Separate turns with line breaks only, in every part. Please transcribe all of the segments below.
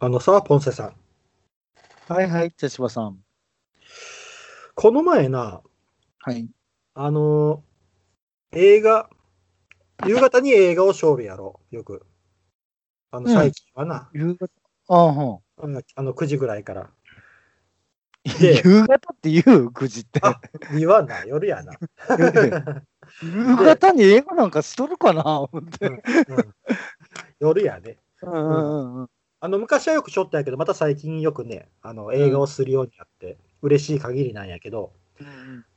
あのさ、ポンセさん。
はいはい、手柴さん。
この前な、
はい。
あのー映画、夕方に映画を勝負やろう、よく。あの、
うん
最近はな、
夕方ああ、は
うんあの、9時ぐらいから。
ん
で
夕方って言う ?9 時って。
あ言わんな、夜や な。
夕方に映画なんかしとるかな思って。
うん夜やね。
うんうんうんうん。
あの、昔はよくしょったんやけど、また最近よくね、あの、映画をするようになって、嬉しい限りなんやけど、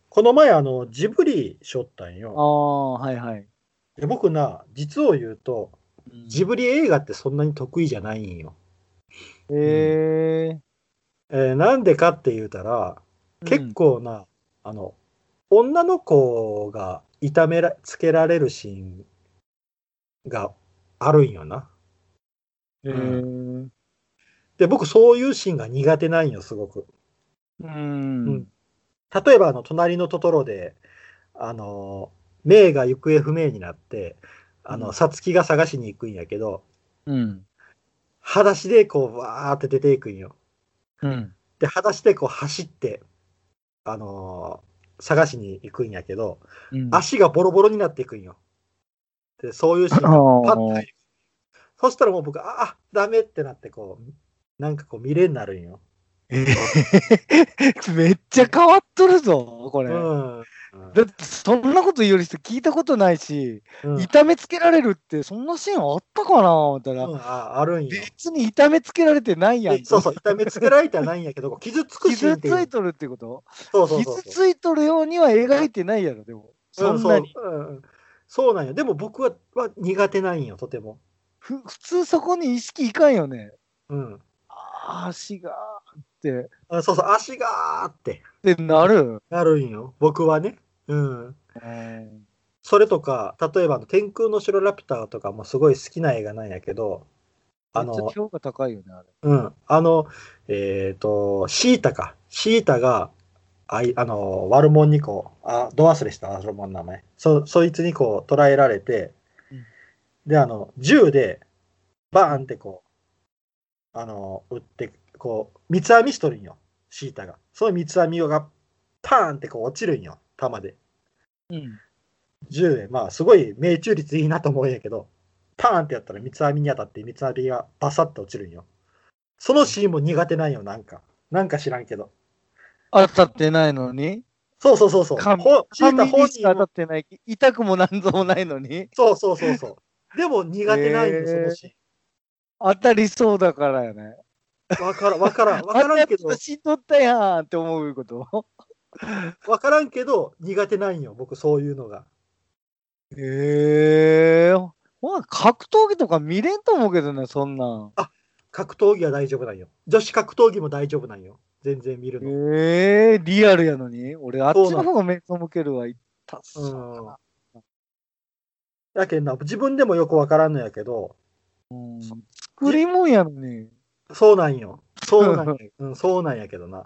この前、あの、ジブリしょったん
あ
よ。
あ、はいはい。
で僕な、実を言うと、ジ
分。
ブリ映画ってそんなに得意じゃないんよ。
え
えーなんでかって言うたら、
ー、
結構な、あの、女の子が痛めらつけられるシーンがあるんよな。
うん。えー
で、僕そういうシーンが苦手なんよ、すごく。
う
うんん。例えば、あの、隣のトトロで、あの、メイが行方不明になって、あ
う
の、
ん
サツキが探しに行くんやけど、
うん。
裸足でこう、わーって出ていくんよ。
うん。
で、裸足でこう走って、あのー探しに行くんやけど、
うん、
足がボロボロになっていくんよ。で、そういうシーン
あー
がパッと入る。そしたらもう僕、ああ、ダメってなって、こう、なんかこう見れになるんよ。
えーめっちゃ変わっとるぞ、こ
う
れ。
ん。うん
だってそんなこと言う人聞いたことないし、
うん
痛めつけられるってそんなシーンあったかな思ったら、
ああるんよ。
別に痛めつけられてないやん
で。そうそう、痛めつけられてはないんやけど、こう傷つくシーンっ
傷つ
ていう
い。とるってこと
そうそうそうそう。
傷ついとるようには描いてないやろ、でも。そんなに。
うんそううんうんそうなんよ。でも僕はは苦手なんよ、とても。
ふ普通そこに意識いかんよね。
うん。
あー足がーっ
あそうそう、足がーって
て。ってなる。
なるんよ。僕はね。うん。
うん
それとか、例えばあの、天空の城ラピュタとかもすごい好きな映画なんやけど、あ
めっち
の
ゃ、評価高いよね、あれ。
うん、あの、えっ、と、シータか。シータが、あいあの、悪者にこう、あ、ド忘れした、悪者の名前。そ、そいつにこう、捕らえられて
うん、
で、あの、銃で、バーンってこう、あの、撃って、こう、三つ編みしとるんよ、シータが。その三つ編みが、パーンってこう、落ちるんよ、弾で。
うん。
10円、まあ、すごい命中率いいなと思うんやけど、パーンってやったら三つ編みに当たって三つ編みがバサッと落ちるんよ。そのシーンも苦手なんよ、なんか。なんか知らんけど。
当たってないのに
そうそうそうそう。
紙
ほシータ
紙
本
にし
人
か当た
も
ってない。痛くもなんぞもないのに
そうそうそうそう。でも苦手なん
へ
よ、
ー
そのシ
当たりそうだからよね。
ーン。わからん、わからん、わ
あ
か
ん
ら
なん
けど
や、つ死んどったやんって思うこと。
わからんけど、苦手なんよ、僕、そういうのが。
ええー。ほら格闘技とか見れんと思うけどね、そんなん。
格闘技は大丈夫なんよ。女子格闘技も大丈夫なんよ。全然見るの。
ええー、リアルやのに。俺、あっちの方が目を向けるわ。いったっ
う
さ。
ん。やけんな、自分でもよくわからんのやけど、
うん。作りもんやのに。
そうなんよ。そう なんや、うん、そうなんやけどな。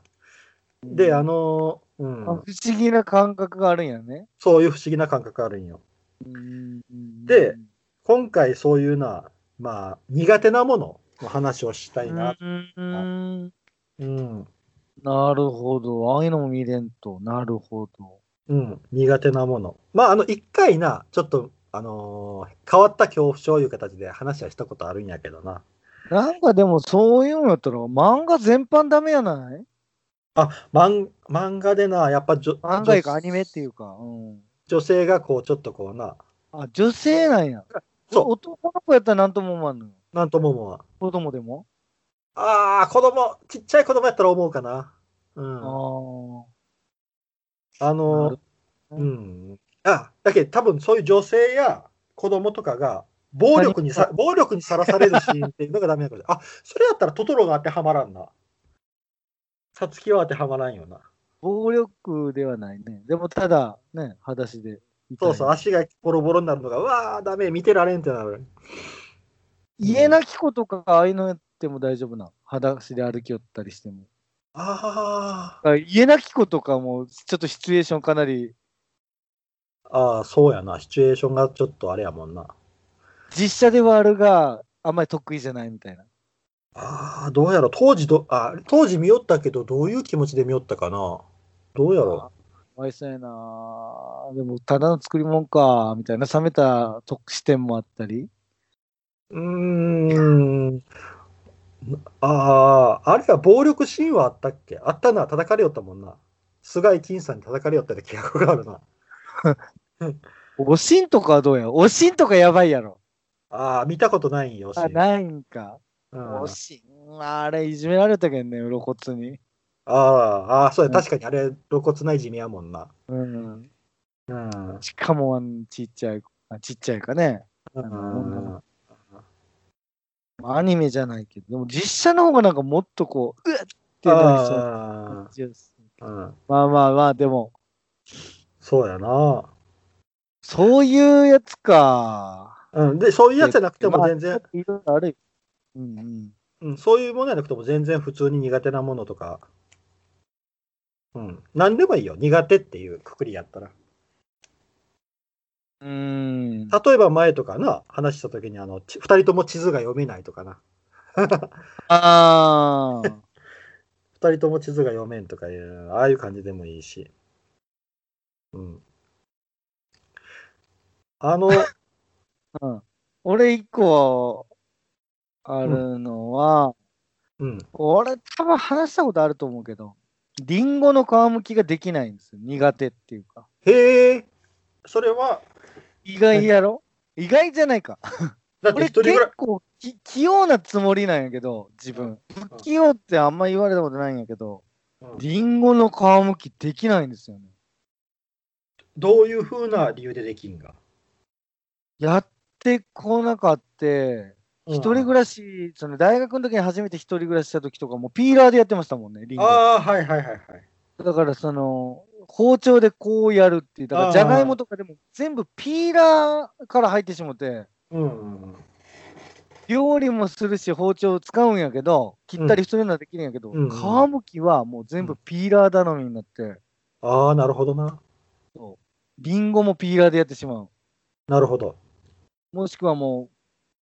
で、あ
の、
のーう
不思
ん、
議な感覚があるんやね。
そういう不思議な感覚あるんよ。
うん
で、今回そういうな、まあ、苦手なものの話をしたいな。
うん
うん、
なるほど。ああいうのも見れんと。なるほど。
うん、苦手なもの。まあ、あの、一回な、ちょっと、あのー変わった恐怖症いう形で話はしたことあるんやけどな。
なんかでも、そういうのやったら、漫画全般ダメやない
あ、漫漫画でな、やっぱじょ
漫画やかアニメっていうか。うん
女性がこう、ちょっとこうな、
あ、女性なんや。
そう
男の子やったらなんとも思わんのよ。
なんとも思うわ。
子供でも。
ああ、子供、ちっちゃい子供やったら思うかな。うん。あ
な
の
る、ほど
うん。あ、だけど多分そういう女性や子供とかが暴力にさ、暴力にさらされるシーンっていうのがダメなことあ、それやったらトトロが当てはまらんな。さつきは当てはまらんよな。
あ。暴力ではないね。でもただ、ね、裸足で。
そうそう、
痛
足
い。
がボロボロになるのが、うわあ、ダメ、見てられんってなる。
家なき子とか、ああいうのやっても大丈夫な。裸足で歩きよったりしても。
あ
あ家なき子とかも、ちょっとシチュエーションかなり、
あ、ああ、そうやな。シチュエーションがちょっとあれやもんな。
実写ではあるが、あんまり得意じゃないみたいな。
ああ、どうやろう。当時ど、あ、当時見よったけど、どういう気持ちで見よったかな。どうやろ
わいそうやなでも、ただの作り物か、みたいな、冷めた特視点もあったり。
う。うーん。ああ、あれは暴力シーンはあったっけあったな、叩かれよったもんな。菅井金さんに叩かれよったって記憶があるな。
おしんとかはどうやおしんとかやばいやろ。
ああ、見たことないんよ、
あ、
シーン
ないんか。
うん
おしん、あれ、いじめられたけんね、露骨に。
ああ、ああ、そうや、
うん
確かにあれ、露骨ないじめやもんな。
うん。
うん。
しかも、あのちっちゃい、あちっちゃいかね。
うん。
アニメじゃないけど、でも実写の方がなんかもっとこう、うわっってなりそうな
あ
感じです
あ、うん。
まあまあまあ、でも、
そうやな。
そういうやつか。
うん。で、そういうやつじゃなくても全
ま
然、
あいろいろある。うんうん。
うん、そういうものじゃなくても全然普通に苦手なものとか、うん。何でもいいよ。苦手っていうくくりやったら。
うーん。
例えば前とかな、話した時にあの、ち二人とも地図が読めないとかな。
ああ。
二人とも地図が読めんとかいう、ああいう感じでもいいし。うん。あ の、
俺一個あるのは、
うん。
俺多分話したことあると思うけど、リンゴの皮むきができないんですよ。苦手っていうか。
へえ、それは、
意外やろ意外じゃないか。
だって
俺
一人
結
ぐらい、
構き器用なつもりなんやけど、自分。不器用ってあんま言われたことないんやけど、
うん
リンゴの皮むきできないんですよね。
どういうふうな理由でできんが。
やってこなかって、一人暮
らい。
らし、その大学の時に初めて一人暮らしした時とかもピーラーでやってましたもんね、リンゴ。
ああ、はいはいはいはい。
だからその包丁でこうやるっていうだか
あ
ら
ー
じゃがいもとかでも全部ピーラーから入ってしもて
うんうん
料理もするし包丁を使うんやけど切ったりするのはできるんやけど、
うん
皮むきはもう全部ピーラー頼みになって、
ああ、なるほどな。
リンゴもピーラーでやってしまう
なるほど。
もしくはもう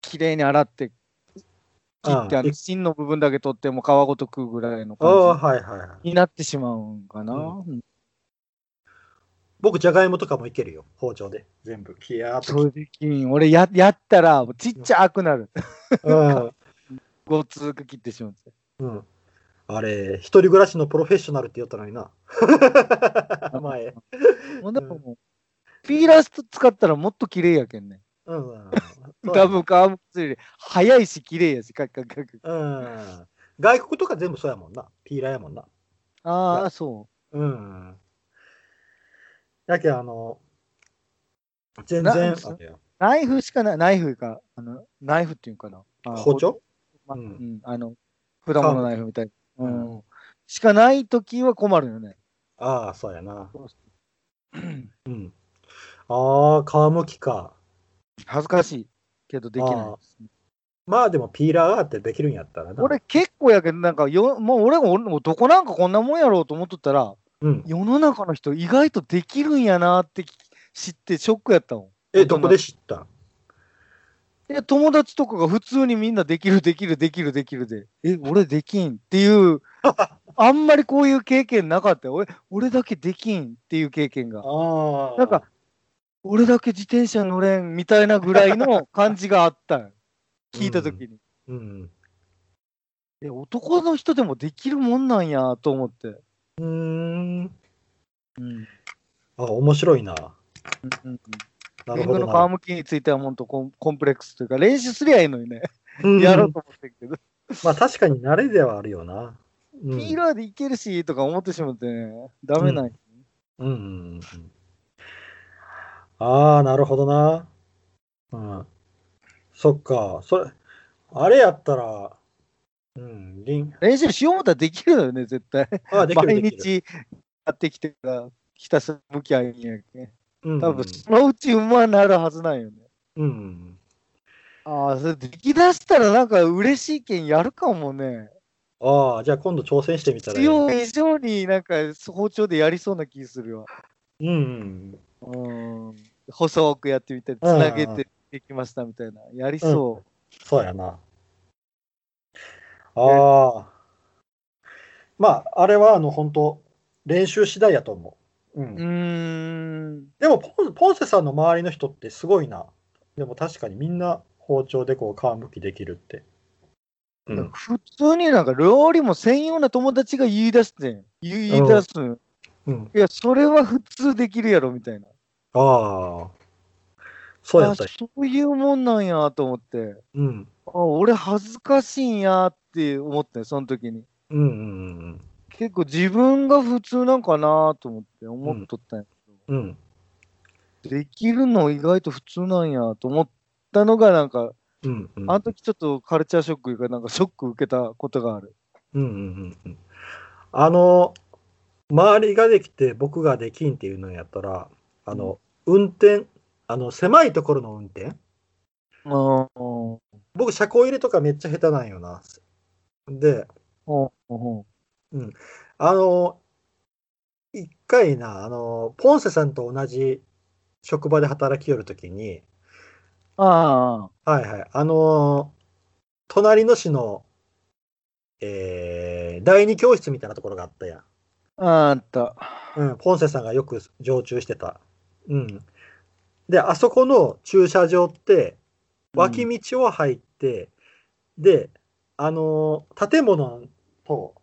綺麗に洗って切って
あー
あの芯の部分だけ取ってもう皮ごと食うぐらいの
ああ、
感
はいはいはい。
じになってしまうんかな、
う
うん
僕、じゃがいもとかもいけるよ。包丁で。全部。ひやーっと
正直俺ややったらちっちゃくなる
う
ごつく切ってしまうんですよ
ん。うん。あれ、一人暮らしのプロフェッショナルって言ったのに な。前。
もうでももう、ピーラース使ったらもっと綺麗やけんね。
うんうん。
多分皮むきより早いし綺麗やし、カクカクカク。
うん。外国とか全部そうやもんな。ピーラーやもんな。
ああ、そ
うん。だけど、あの、全然
な、う。ナイフしかない、ナイフか、あのナイフっていうんかな。あー
包丁
まあ
う
うんん、あの、果物ナイフみたいな。
う
うんん。しかないときは困るよね。
ああ、そうやな。
うん
うん。ああ、皮むきか。
恥ずかしいけどできない
あー
ですね。
まあでも、ピーラーがあってできるんやったらな。
俺、結構やけど、なんかよ、もう俺も俺も男なんかこんなもんやろうと思っとったら、
うん。
世の中の人意外とできるんやなってき知ってショックやったもん。
え、どこで知ったん
いや、友達とかが普通にみんなできる、できる、できる、できるで、え、俺できんっていう、 あんまりこういう経験なかったよ。俺、俺だけできんっていう経験が。
ああ。
なんか、、俺だけ自転車乗れんみたいなぐらい の感じがあったよ。聞いたときに。
うん。
え、男の人でもできるもんなんやと思って。
うーん。
うん。
あ、面白いな。
うん
なる
リン
ほ
グ
ど
の
な
皮。むきについては本当コンコンプレックスというか、練習すりゃいいのにね。
うん
やろうと思ってんけど。
まあ確かに慣れではあるよな。うん
ピーラーでいけるしとか思ってしまってね、ダメない。
うんうんうんうん。ああ、なるほどな。うん。そっか。それ、あれやったら、うん、リン、
練習しようもったらできるのよね、絶対。
ああ、できる
毎
できる。
日やってきてから、ひたすら向き合いにやけん。
うん
多分そのうち馬になるはずなんよね。
うんうん。
ああ、それできだしたらなんか嬉しいけんやるかもね。
ああ、じゃあ今度挑戦してみたら
必
いい。うん
要以上になんか包丁でやりそうな気するわ。
うん。
うん。細くやってみたり、つなげてできましたみたいな。やりそう。
そうやな。ああ。まあ、あれは、あの、本当練習次第やと思う。うん。
うーん。
でもポン、ポンセさんの周りの人ってすごいな。でも確かにみんな包丁でこう皮むきできるって。
うん。
普通になんか料理も専用な友達が言い出してん言い出す。
うん。
いや、それは普通できるやろみたいな。
ああ。そうや
あ
った。
そういうもんなんやと思って。
うん。
あ、俺恥ずかしいんやって思って、その時に。
うんうんうん
結構自分が普通なんかなと思って思っとったんや、
うん。うん。
できるの意外と普通なんやと思ったのがなんか、
うんうん。
あの時ちょっとカルチャーショックいうかなんかショック受けたことがある。
うんうんうんうん。あの、周りができて僕ができんっていうのやったら、あの、運転、あの、狭いところの運転
ああ、
僕、車庫入れとかめっちゃ下手なんよな。で、あの、一回な、あの、ポンセさんと同じ職場で働きよるときに、
ああ、
はいはい、あの、隣の市の、えー、第二教室みたいなところがあったやん。
あった。
うん、ポンセさんがよく常駐してた。うん。で、あそこの駐車場って、脇道を入って、で、あのー建物と、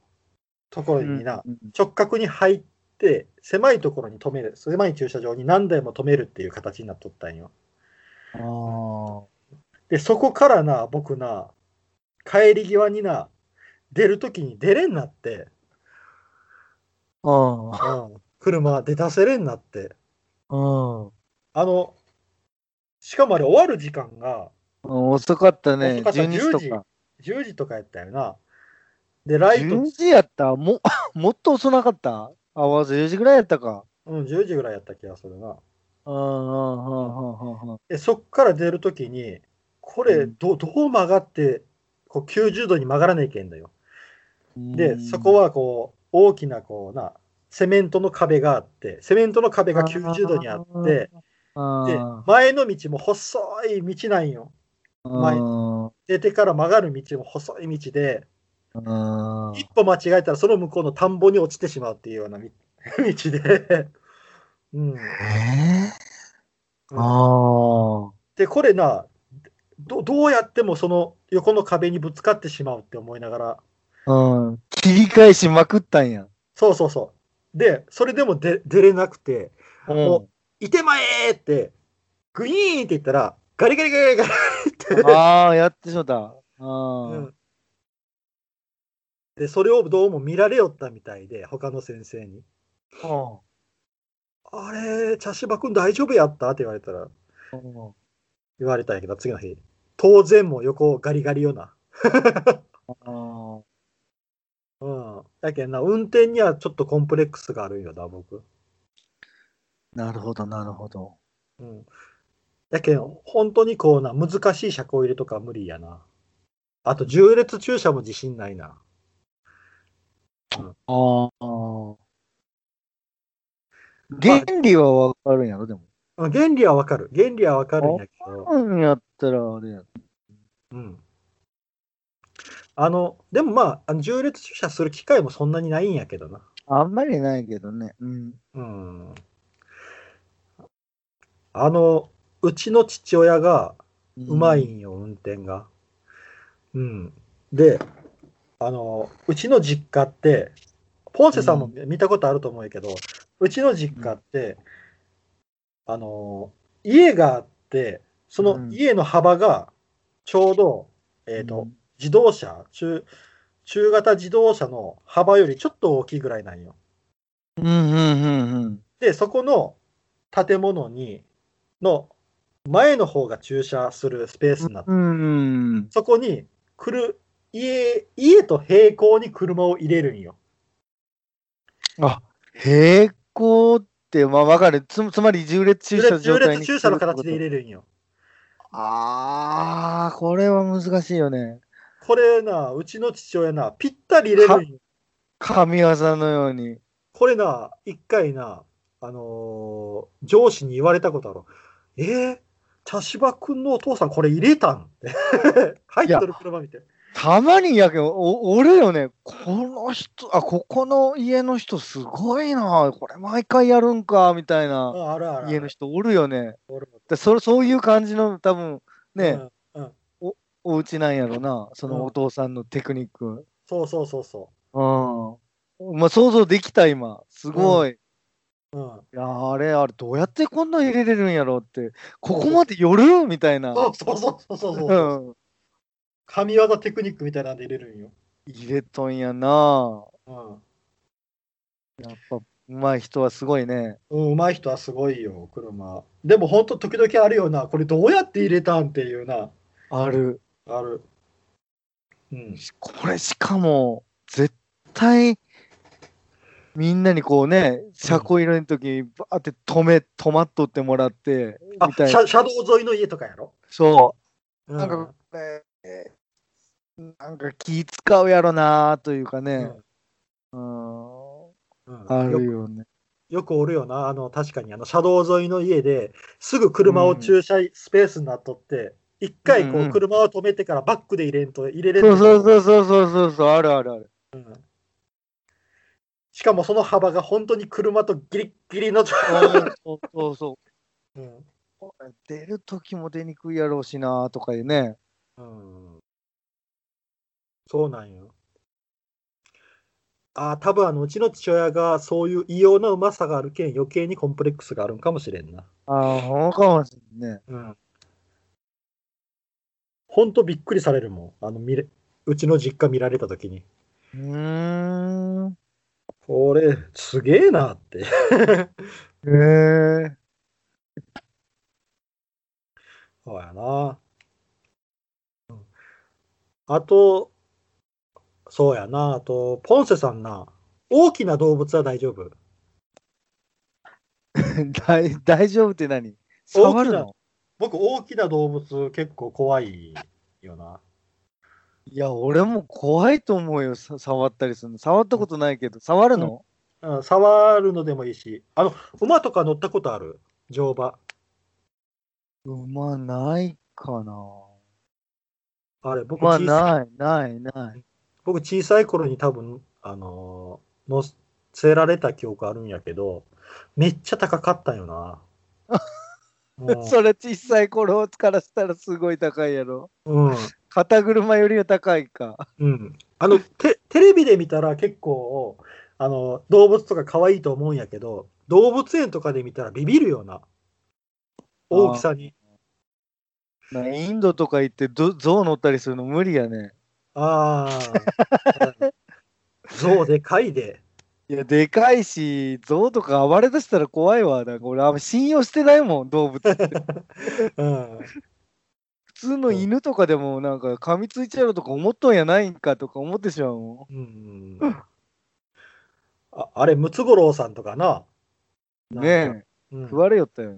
ところにな、
うん
直角に入って、狭いところに止める、狭い駐車場に何台も止めるっていう形になっとったんよ。
あ
で、そこからな、僕な、帰り際にな、出るときに出れんなって、
あ、ああ、
うん、車出出せれんなって。
うん。
あの、しかもあれ終わる時間が
遅かったね。
遅かった
12時と
10
か。
10時とかやったよな。で、ライト
12、時やったも もっと遅なかったあ、わず10時ぐらいやったか。
うん、10時ぐらいやった気がするな。
ああ、ああ、ああ。
で、そっから出るときに、これ
うん
ど、どう曲がって、こう90度に曲がらないけんだよ。で、そこ
は、
はこう、大きなこうな、セメントの壁があって、セメントの壁が90度にあって、
あ
で
あ、
前の道も細い道なんよ。前
あ
出てから曲がる道も細い道で、
あ
一歩間違えたらその向こうの田んぼに落ちてしまうっていうようなみ 道で、うん。
えー、ああ。
で、これなど、どうやってもその横の壁にぶつかってしまうって思いながら、
うん、切り返しまくったんや。
そうそうそう。で、それでも出出れなくて、
うん
いてまえーって、グイーンって言ったら、ガリガリガリガリって、
ああ、やってしまった。ああ、
うん。で、それをどうも見られよったみたいで、他の先生に。あれ、茶芝君大丈夫やったって言われたら、
うん
言われたんやけど、次の日。当然もう横ガリガリよな。
あ
うん。だけどな、運転にはちょっとコンプレックスがあるんよな、僕。
あ、なるほど、なるほど。
うん。だけど、本当にこうな、難しい車庫入れとか無理やな。あと、重列駐車も自信ないな。
ああ。原理はわかるんやろ、でも。
うん原理はわかる。原理はわかるんやけど。
うん、やったらあれや。
うん。あの、でもまあ、あの重列駐車する機会もそんなにないんやけどな。
あんまりないけどね。うん。
うん。あの、うちの父親が、うまい。んよ、運転が。うん。で、あの、うちの実家って、ポンセさんも見たことあると思うけど、うちの実家って、あの、家があって、その
うん
家の幅が、ちょうど、えっ、と、自動車、中、中型自動車の幅よりちょっと大きいぐらいなんよ。
うん。うん、うん、うん、うん。
で、そこの建物に、の前の方が駐車するスペースになって
うん、うん。
そこに来る家家と並行に車を入れるんよ。
あ、平行って、まあわかる。つつまり、重列駐
重
車の
列
状
重
態
列
に。
駐車の形で入れるんよ。
ああ、これは難しいよね。
これな、うちの父親な、ぴったり入れるんよ。
神業のように。
これな、一回な、あのー上司に言われたことある。 えー、茶芝君のお父さんこれ入れたんって。入ってる車見て。
たまにやけど、お俺よね、この人、あ、ここの家の人すごいな、これ毎回やるんか、みたいな
ああるあるある。
家の人おるよね。
俺も
でそそういう感じの多分ね、
うん
お家なんやろな、そ
うん
のお父さんのテクニック。
そうそうそうそ
うん。まあ想像できた今、すごい。
う。うん。
いやあれあれどうやってこんなん入れれるんやろうってここまで寄るみたいな、
そうそうそうそうそうう。
ん、
神業テクニックみたいなんで入れるんよ。
入れとんやな
うん。
やっぱ上手い人はすごいね
うん、上手い人はすごいよ、車。でも本当時々あるよな、これどうやって入れたんっていうな、
ある
ある。うん。
これしかも絶対みんなにこうね車庫入れの時バーって止め止まっとってもらって
あ
み、たいな
車車道沿いの家とかやろ、
そううなんか、えーなんか気使うやろなというかね、うん、
うん
あ
よ
る
く
よね
よくおるよな、あの、確かに、あの、車道沿いの家で、すぐ車を駐車スペースになっとって、一回こ
うんう
う、
ん
車を止めてからバックで入れんと入れれん
そうそう
う。
そうそうそうそうそう、あるあるある。
しかもその幅が本当に車とギリッギリの、
そうそうそう。
うん
これ出るときも出にくいやろうしなとかいうね。
うんそうなんよ。ああ、多分あのうちの父親がそういう異様なうまさがあるけん余計にコンプレックスがあるんかもしれんな。
ああ、ほんかもしんね。
うん。ほんとびっくりされるもん。あの見れうちの実家見られた時に。
うーん。
これすげえなって。
へ え。
そうやな。うんあと、そうやな。あと、ポンセさんな。大きな動物は大丈夫
大大丈夫って何触るの
僕、大きな動物結構怖いよな。
いや、俺も怖いと思うよ、さ触ったりするの。触ったことないけど、触るの、
うん、触るのでもいいし、あの、馬とか乗ったことある乗馬。
うまないかな。
あれ、僕
まあ、
小さい、
ない、ない、ない。
僕小さい頃に多分、あのー乗せられた記憶あるんやけど、めっちゃ高かったよ な。も
それ小さい頃からしたらすごい高いやろ。
ううん。
肩車よりは高いか。
うん。あの、テテレビで見たら結構、あの、動物とか可愛いと思うんやけど、動物園とかで見たらビビるような。大きさに。
なインドとか行ってど象乗ったりするの無理やね。
あ あ。象でかいで。
いや、でかいし、象とか暴れ出したら怖いわ。なんか俺、あんま信用してないもん、動 物。普
うん。
通の犬とかでも、なんか噛みついちゃうとか思っとんやないんかとか思ってしまうも
うん、ああれ、ムツゴロウさんとかな。
ん。ねえ、
うん
食われよったよ。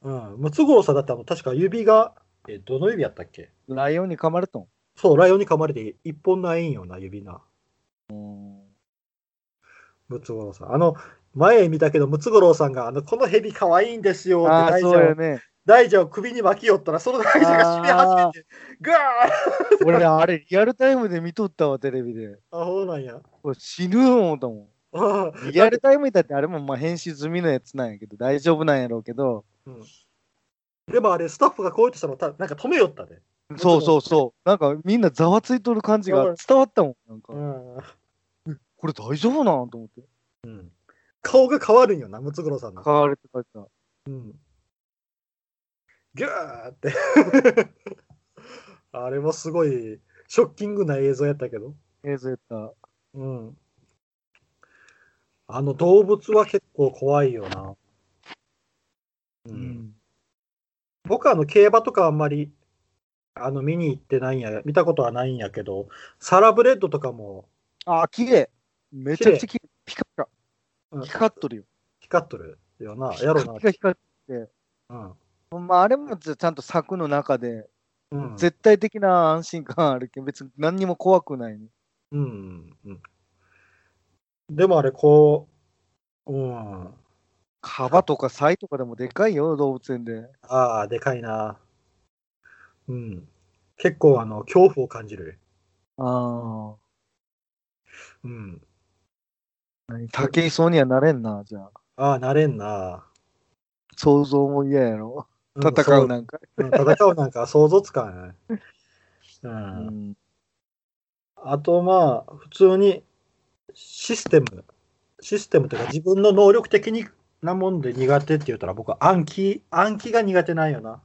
うん。ムツゴロウさんだってあの、確か指が、え、どの指やったっけ
ライオンに噛まれとん。
そう、ライオンに噛まれて一本ないんよな、指な。ムツゴロウさん。あの、前見たけど、ムツゴロウさんが、あの、この蛇可愛いんですよっ
あ
て
あ、
大
そう
蛇
や
を、
ね。
大蛇を首に巻き寄ったら、その大蛇が死に始めて、ぐわー
俺、あれ、リアルタイムで見とったわ、テレビで。
あ、そうなんや。
これ死ぬ思ったも
あ
ん。リアルタイムだって、あれもまあ編集済みのやつなんやけど、大丈夫なんやろうけど。
ーでもあれ、スタッフがこう言ってたの、たなんか止めよったで。
そうそうそう。なんかみんなざわついとる感じが伝わったもん。なんか、
ん。
これ大丈夫なんと思って。
うん顔が変わるんよな、ムツゴロウさんの。
書かれて書いてた。
うん。ギューって。 あれもすごい、ショッキングな映像やったけど。
映像やった。
うん。あの動物は結構怖いよな。う。。
うん
僕はあの競馬とかあんまり、あの見に行ってないんや、見たことはないんやけど、サラブレッドとかも
あ、綺麗。めちゃくちゃ綺麗。ピカピカ
うん。
光っとるよ。
光っとるよな、やろ
ピカピカ。
な。
まああれもちゃんと柵の中で、
うん。うん。
絶対的な安心感あるけど、別に何にも怖くない、ね。
うん。うんでもあれ、こう、うん。
カバとかサイとかでもでかいよ、動物園で。
ああ、でかいな。うん。結構、あの、恐怖を感じる。
あ
うん。
あ。竹いそうにはなれんな、じゃあ。
ああ、なれんな。
想像も嫌やろ。
ん
戦うなんか。
そううん戦うなんか想像つかない。う。
うんん。
あとまあ、普通にシステム、システムというか自分の能力的になもんで苦手って言ったら僕は暗記、暗記が苦手なんよな。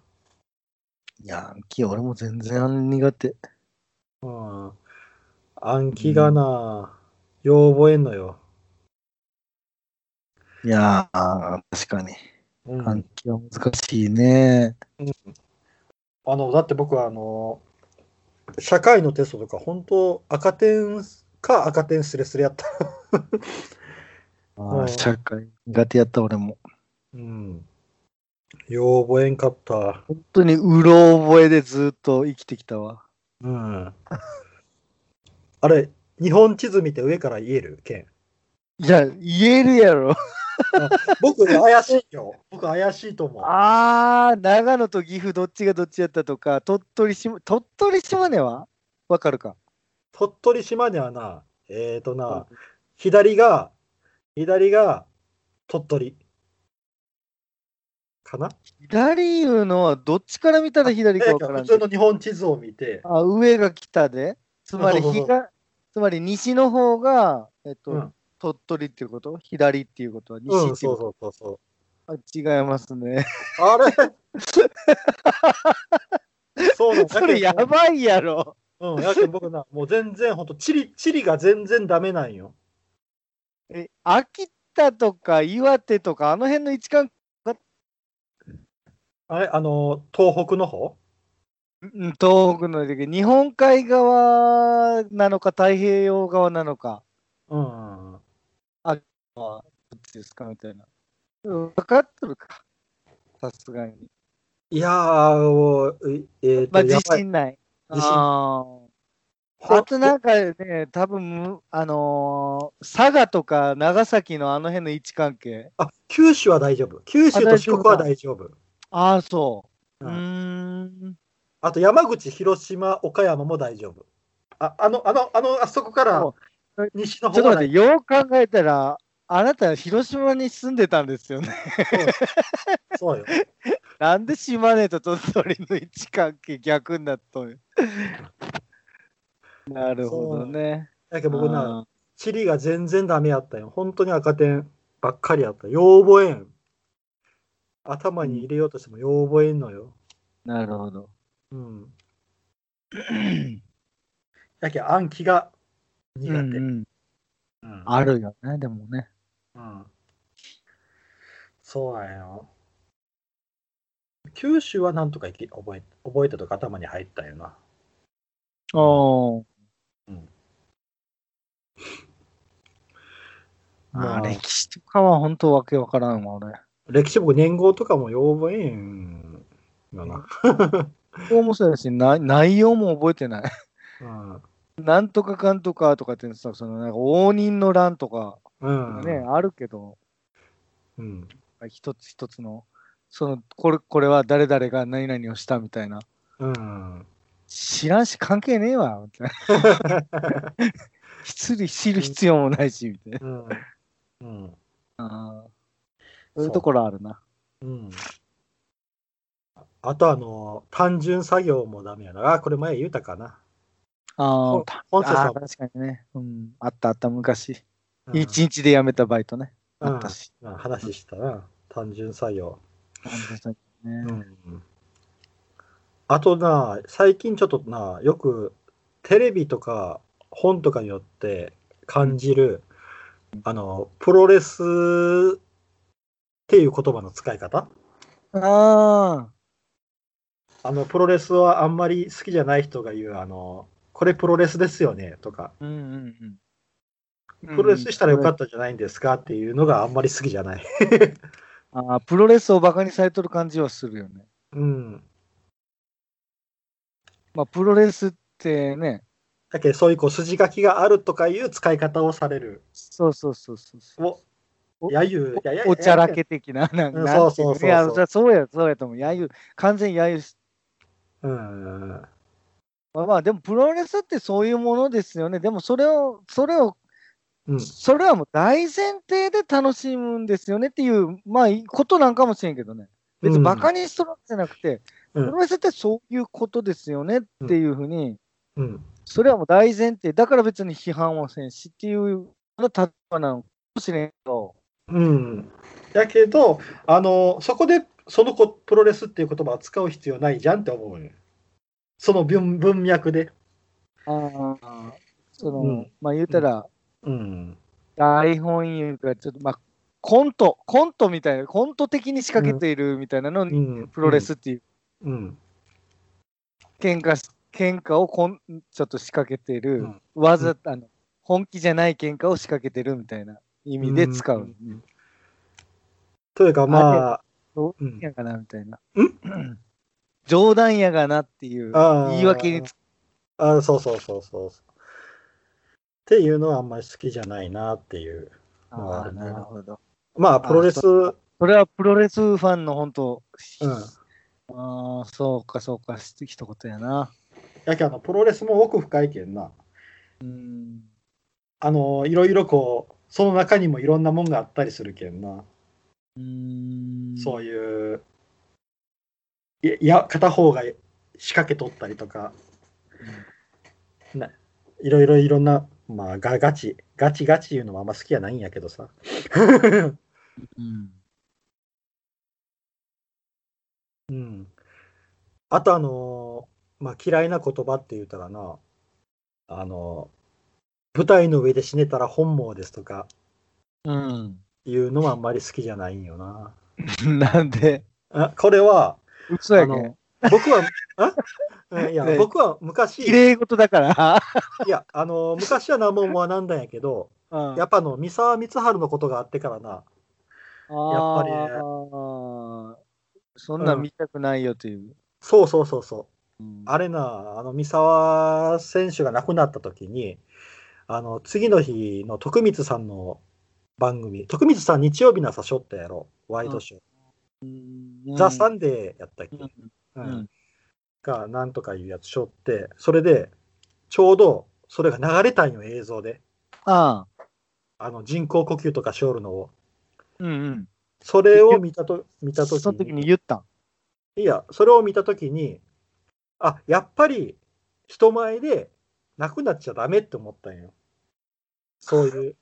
いや、キ俺も全然苦手。
うん。暗記がな、よう覚えんのよ。
いやー、確かに。
うん、
暗記は難しいね。
あの、だって僕はあの、社会のテストとか本当赤点か赤点スレスレやった。
あ
う
あ
ん
社会苦手やった俺も。
うん。よう覚えんかった。
本当にうろ覚えでずっと生きてきたわ。
うん。あれ、日本地図見て上から言える県。
いや、言えるやろ。
僕怪しいよ。 僕怪しいと思う。
あー、長野と岐阜どっちがどっちやったとか、鳥取島、鳥取島根はわかるか。
鳥取島根はな、えっ、ー、とな、左が、左が鳥取。かな
左いうのはどっちから見たら左かわから
普
んけ
通
ど。
の日本地図を見て、
あ、上が北で。つまり
そうそうそう
東、つまり西の方が、えっと、
うん、
鳥取っていうこと左っていうことは西
うん
ってい
そうう
こ
そうそうそ
と、あ違いますね。
う。 あれそうなんだけど
それやばいやろ。
うん、やけん僕な、もう全然、ほんと、地理、地理が全然ダメなんよ。
え、秋田とか岩手とか、あの辺の位置関
あれ、あの、東北の方
うん東北の時日本海側なのか太平洋側なのか
うん。
どっちですかみたいな分かっとるかさすがに
いやー、もうえー、と、
まあ
や
自
ばい
信ない
自信
あーあとなんかね多分むあのー佐賀とか長崎のあの辺の位置関係
あ、九州は大丈夫。九州と四国は大丈夫。
ああそうう
うん
ーん
あと山口、広島、岡山も大丈夫。あ、あの、あの、あの、あそこから
そ
西の
ちょ
方
っ
は
と待ってよく考えたらあなた広島に住んでたんですよね
そうよ。
なんで島根と鳥取の位置関係逆になっとんよ なるほどね。
だけど僕
う
な、
ん
地理が全然ダメやったよ。本当に赤点ばっかりやった。よう覚えん。頭に入れようとしてもよう覚えんのよ。
なるほど。
うん。だけど暗記が苦手。
うんうん
うん
あるよね、でもね。
うんそうなんよ。九州はなんとかいけ覚え覚えたとか頭に入ったよな。
お
ま
あ
あ
ー歴史とかは本当わけわからんわ、俺。
歴史僕年号とかもよう覚えんよな。
こうもそうやし、な内容も覚えてない。
うん。
なんとかかんとかとかってさ、そのなんか応仁の乱とか
うん。
ね、あるけど、
うん。
一つ一つの、そのこれこれは誰々が何々をしたみたいな。
うん。
知らんし関係ねえわ、 みたいな。知る知る必要もないし、みたいな。
うん。うん。
あーそういうところあるな。
うん。あとあの、単純作業もダメやな。あ、これ前言うたかな。
あー
ほ本社さん
あー、確かにね。うん。あったあった、昔。
うん
一日で辞めたバイトね。
うん
あったし。
うん話したな。単純作業。
本当にね
うんあとな、最近ちょっとな、よくテレビとか本とかによって感じる、あの、プロレスっていう言葉の使い方
あ
あの、プロレスはあんまり好きじゃない人が言う、あの、これプロレスですよねとか、
あ。うんうんうん。
プロレスしたらよか
っ
ったじゃないんですかっていうのがあんまり好きじゃない。
た。あープロレスをバカにされとる感じはするよね。
うん。
まあ、プロレスってね、
だけど、そういうこう筋書きがあるとかいう使い方をされる。
そうそうそうそうそう。
お、やゆ、やや
おちゃらけ的な、なん
う
か、
ん
なんてい
そうそう
の
うそうそう
いや、そうや、そうやと思う。やゆ、完全にやゆし
うん。
まあまあ、でもプロレスってそういうものですよね。でもそれを、それを、
うん。
それはもう大前提で楽しむんですよねっていう、まあ、いいことなんかもしれんけどね。別にバカにしとるんじゃなくて、
うん
プロレスってそういうことですよねっていうふうに、
うん。
それはもう大前提、だから別に批判はせんしっていう立場なのかもしれんけど、
うん。だけど、あの、そこで、その子、プロレスっていう言葉を使う必要ないじゃんって思うよ。その文文脈で。
あーその
うん
まあ言うたら、
うん。
台本いうか、ちょっとまあ、コント、コントみたいな、コント的に仕掛けているみたいなのに、
うん
プロレス。っていう、
うん。
喧嘩し、喧嘩をこんちょっと仕掛けている、
うん
わざあの、本気じゃない喧嘩を仕掛けてるみたいな意味で使う。
んというか、まあ、
ど
う
うん
ん
やがな、みたいな。
ん
冗談やがなっていう
あー
言い訳につ
あそうそうそうそうそう。っていうのはあんまり好きじゃないなっていう。
あ
あ
ー
ー
なるほど。
まあ、プロレス、
それはプロレスファンの本当、
うん
ああ、そうかそうか、ひ一言やな。
やけあのプロレスも奥深いけんな。
うん
あの、いろいろこう、その中にもいろんなもんがあったりするけんな。
うーん
そういう、いいや、片方が仕掛けとったりとか、ないろいろいろんな、まあ、がガチ、ガチガチいうのもあんま好きやないんやけどさ。
うん。
うん。あとあのーまあ、嫌いな言葉って言うたらな、あのー舞台の上で死ねたら本望ですとか
うん。
いうのはあんまり好きじゃないんよな。
なん で
あこれは、
嘘や
あ
けん
の。僕は、あ いや
ね、
僕は昔、
綺麗事 だから。
いや、あのー昔は何も思わなんだんやけど、
うん
やっぱあの、三沢光晴のことがあってからな、ぱりね
あーそんなん見たくないよという。
そうそうそうそう、
うん
あれな、あの、三沢選手が亡くなった時に、あの、次の日の徳光さんの番組、徳光さん日曜日の朝しょったやろ、ワイドショー。
うん
ザ・サンデーやったっけ、
うん
う
うんん
が、なんとかいうやつしょって、それで、ちょうど、それが流れたんよ、映像で。
ああ。
あの、人工呼吸とかしょるのを。
うん
それを見たと、見
う
た
ん。
とき
その時に言ったん。
いや、それを見たときに、あ、やっぱり人前でなくなっちゃダメって思ったんよ。そういう、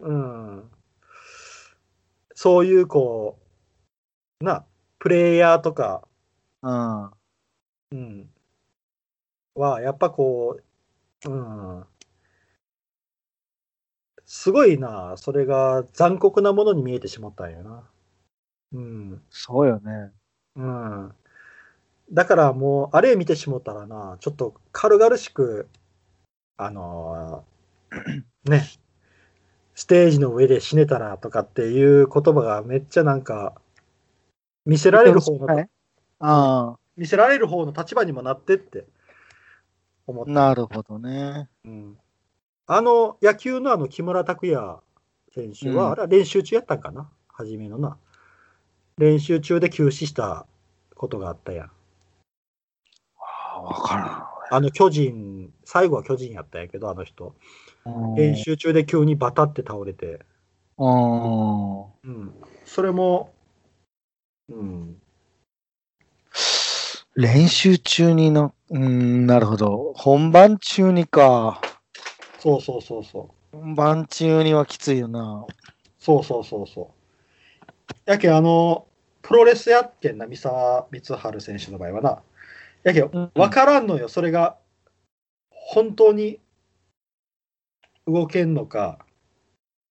うん。そういう、こう、な、プレイヤーとか、
うん。
うん、は、やっぱこう、うん。すごいな、それが残酷なものに見えてしまったんよな。うん。
そうよね。
うん。だからもう、あれ見てしもたらな、ちょっと軽々しく、あのー ね、ステージの上で死ねたらとかっていう言葉がめっちゃなんか、見せられる方
は
の
い、あ
見せられる方の立場にもなってって思っ
あ。
た。
なるほどね。
うんあの、野球のあの木村拓哉選手は、
うん
あれは練習中やったんかな初めのな。練習中で休止したことがあったやん。
ああ、わか
あの巨人、最後は巨人やったんやけど、あの人。
らん。
練習中で急にバタって倒れて。
うん。うん
うん。それも、うん。
練習中にの、うーん、なるほど。本番中にか。
そうそうそうそう。
本番中にはきついよな。
そうそうそうそう。やけんあの、プロレスやってんな、三沢光晴選手の場合はな。やけ
うん
ん、わからんのよ、それが、本当に動けんのか、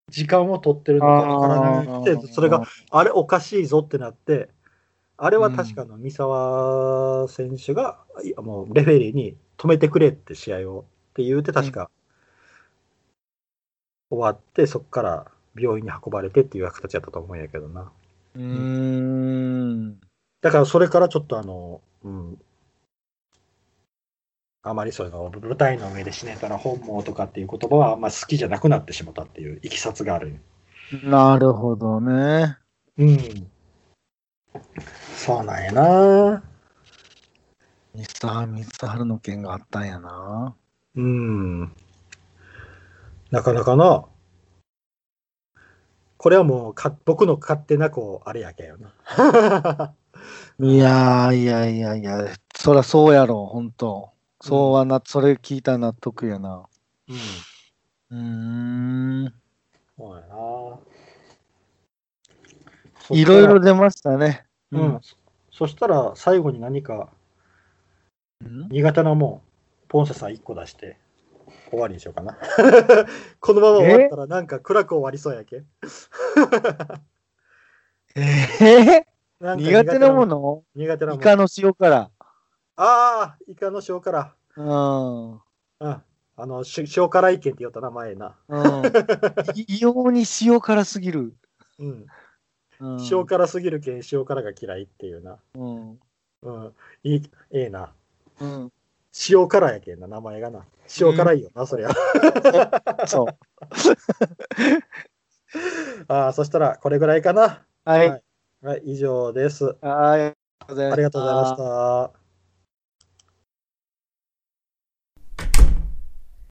時間を取ってるのかわからなくて、それが、あれおかしいぞってなって、あれは確かの三沢選手が、いやもうレフェリーに止めてくれって試合をって言うて、確か終わって、そこから病院に運ばれてっていう形だったと思うんやけどな。
うーん。
だからそれからちょっとあの、うん。あまりそういうの、舞台の上で死ねたら本望とかっていう言葉はあんま好きじゃなくなってしまったっていういきさつがあるんよ
なるほどね。
うん。そうなんやな。
三あ、水田春の件があったんやな。
うん。なかなかな。これはもうか僕の勝手なこうあれやけんよな。
いやーいやいやいや、そらそうやろ、本当そうはな、それ聞いたら納得やな。
うん。
うーん。
そうやな。
いろいろ出ましたね。
うん。そそしたら最後に何か
うん。
苦手なもん、ポンセさん1個出して終わりにしようかな。 このまま終わったらなんか暗く終わりそうやけん。
え
なんか
ー、苦手なもの
苦手なも
イ
ん。
カの塩辛。
ああ、イカの塩辛。
うん。
うん。あの、し塩辛意見って言ったな、前な。
うん、い異様に塩辛すぎる。
うん。
うん、
塩辛すぎるけん、塩辛が嫌いっていうな。
うん。
うん。いい、ええな。
うん。
塩辛やけんな、名前がな。塩辛いよな、そりゃ。
そう。
ああ、そしたら、これぐらいかな。
はい。
はい以上です。
はい。ありがとうございま
ありがとうございました。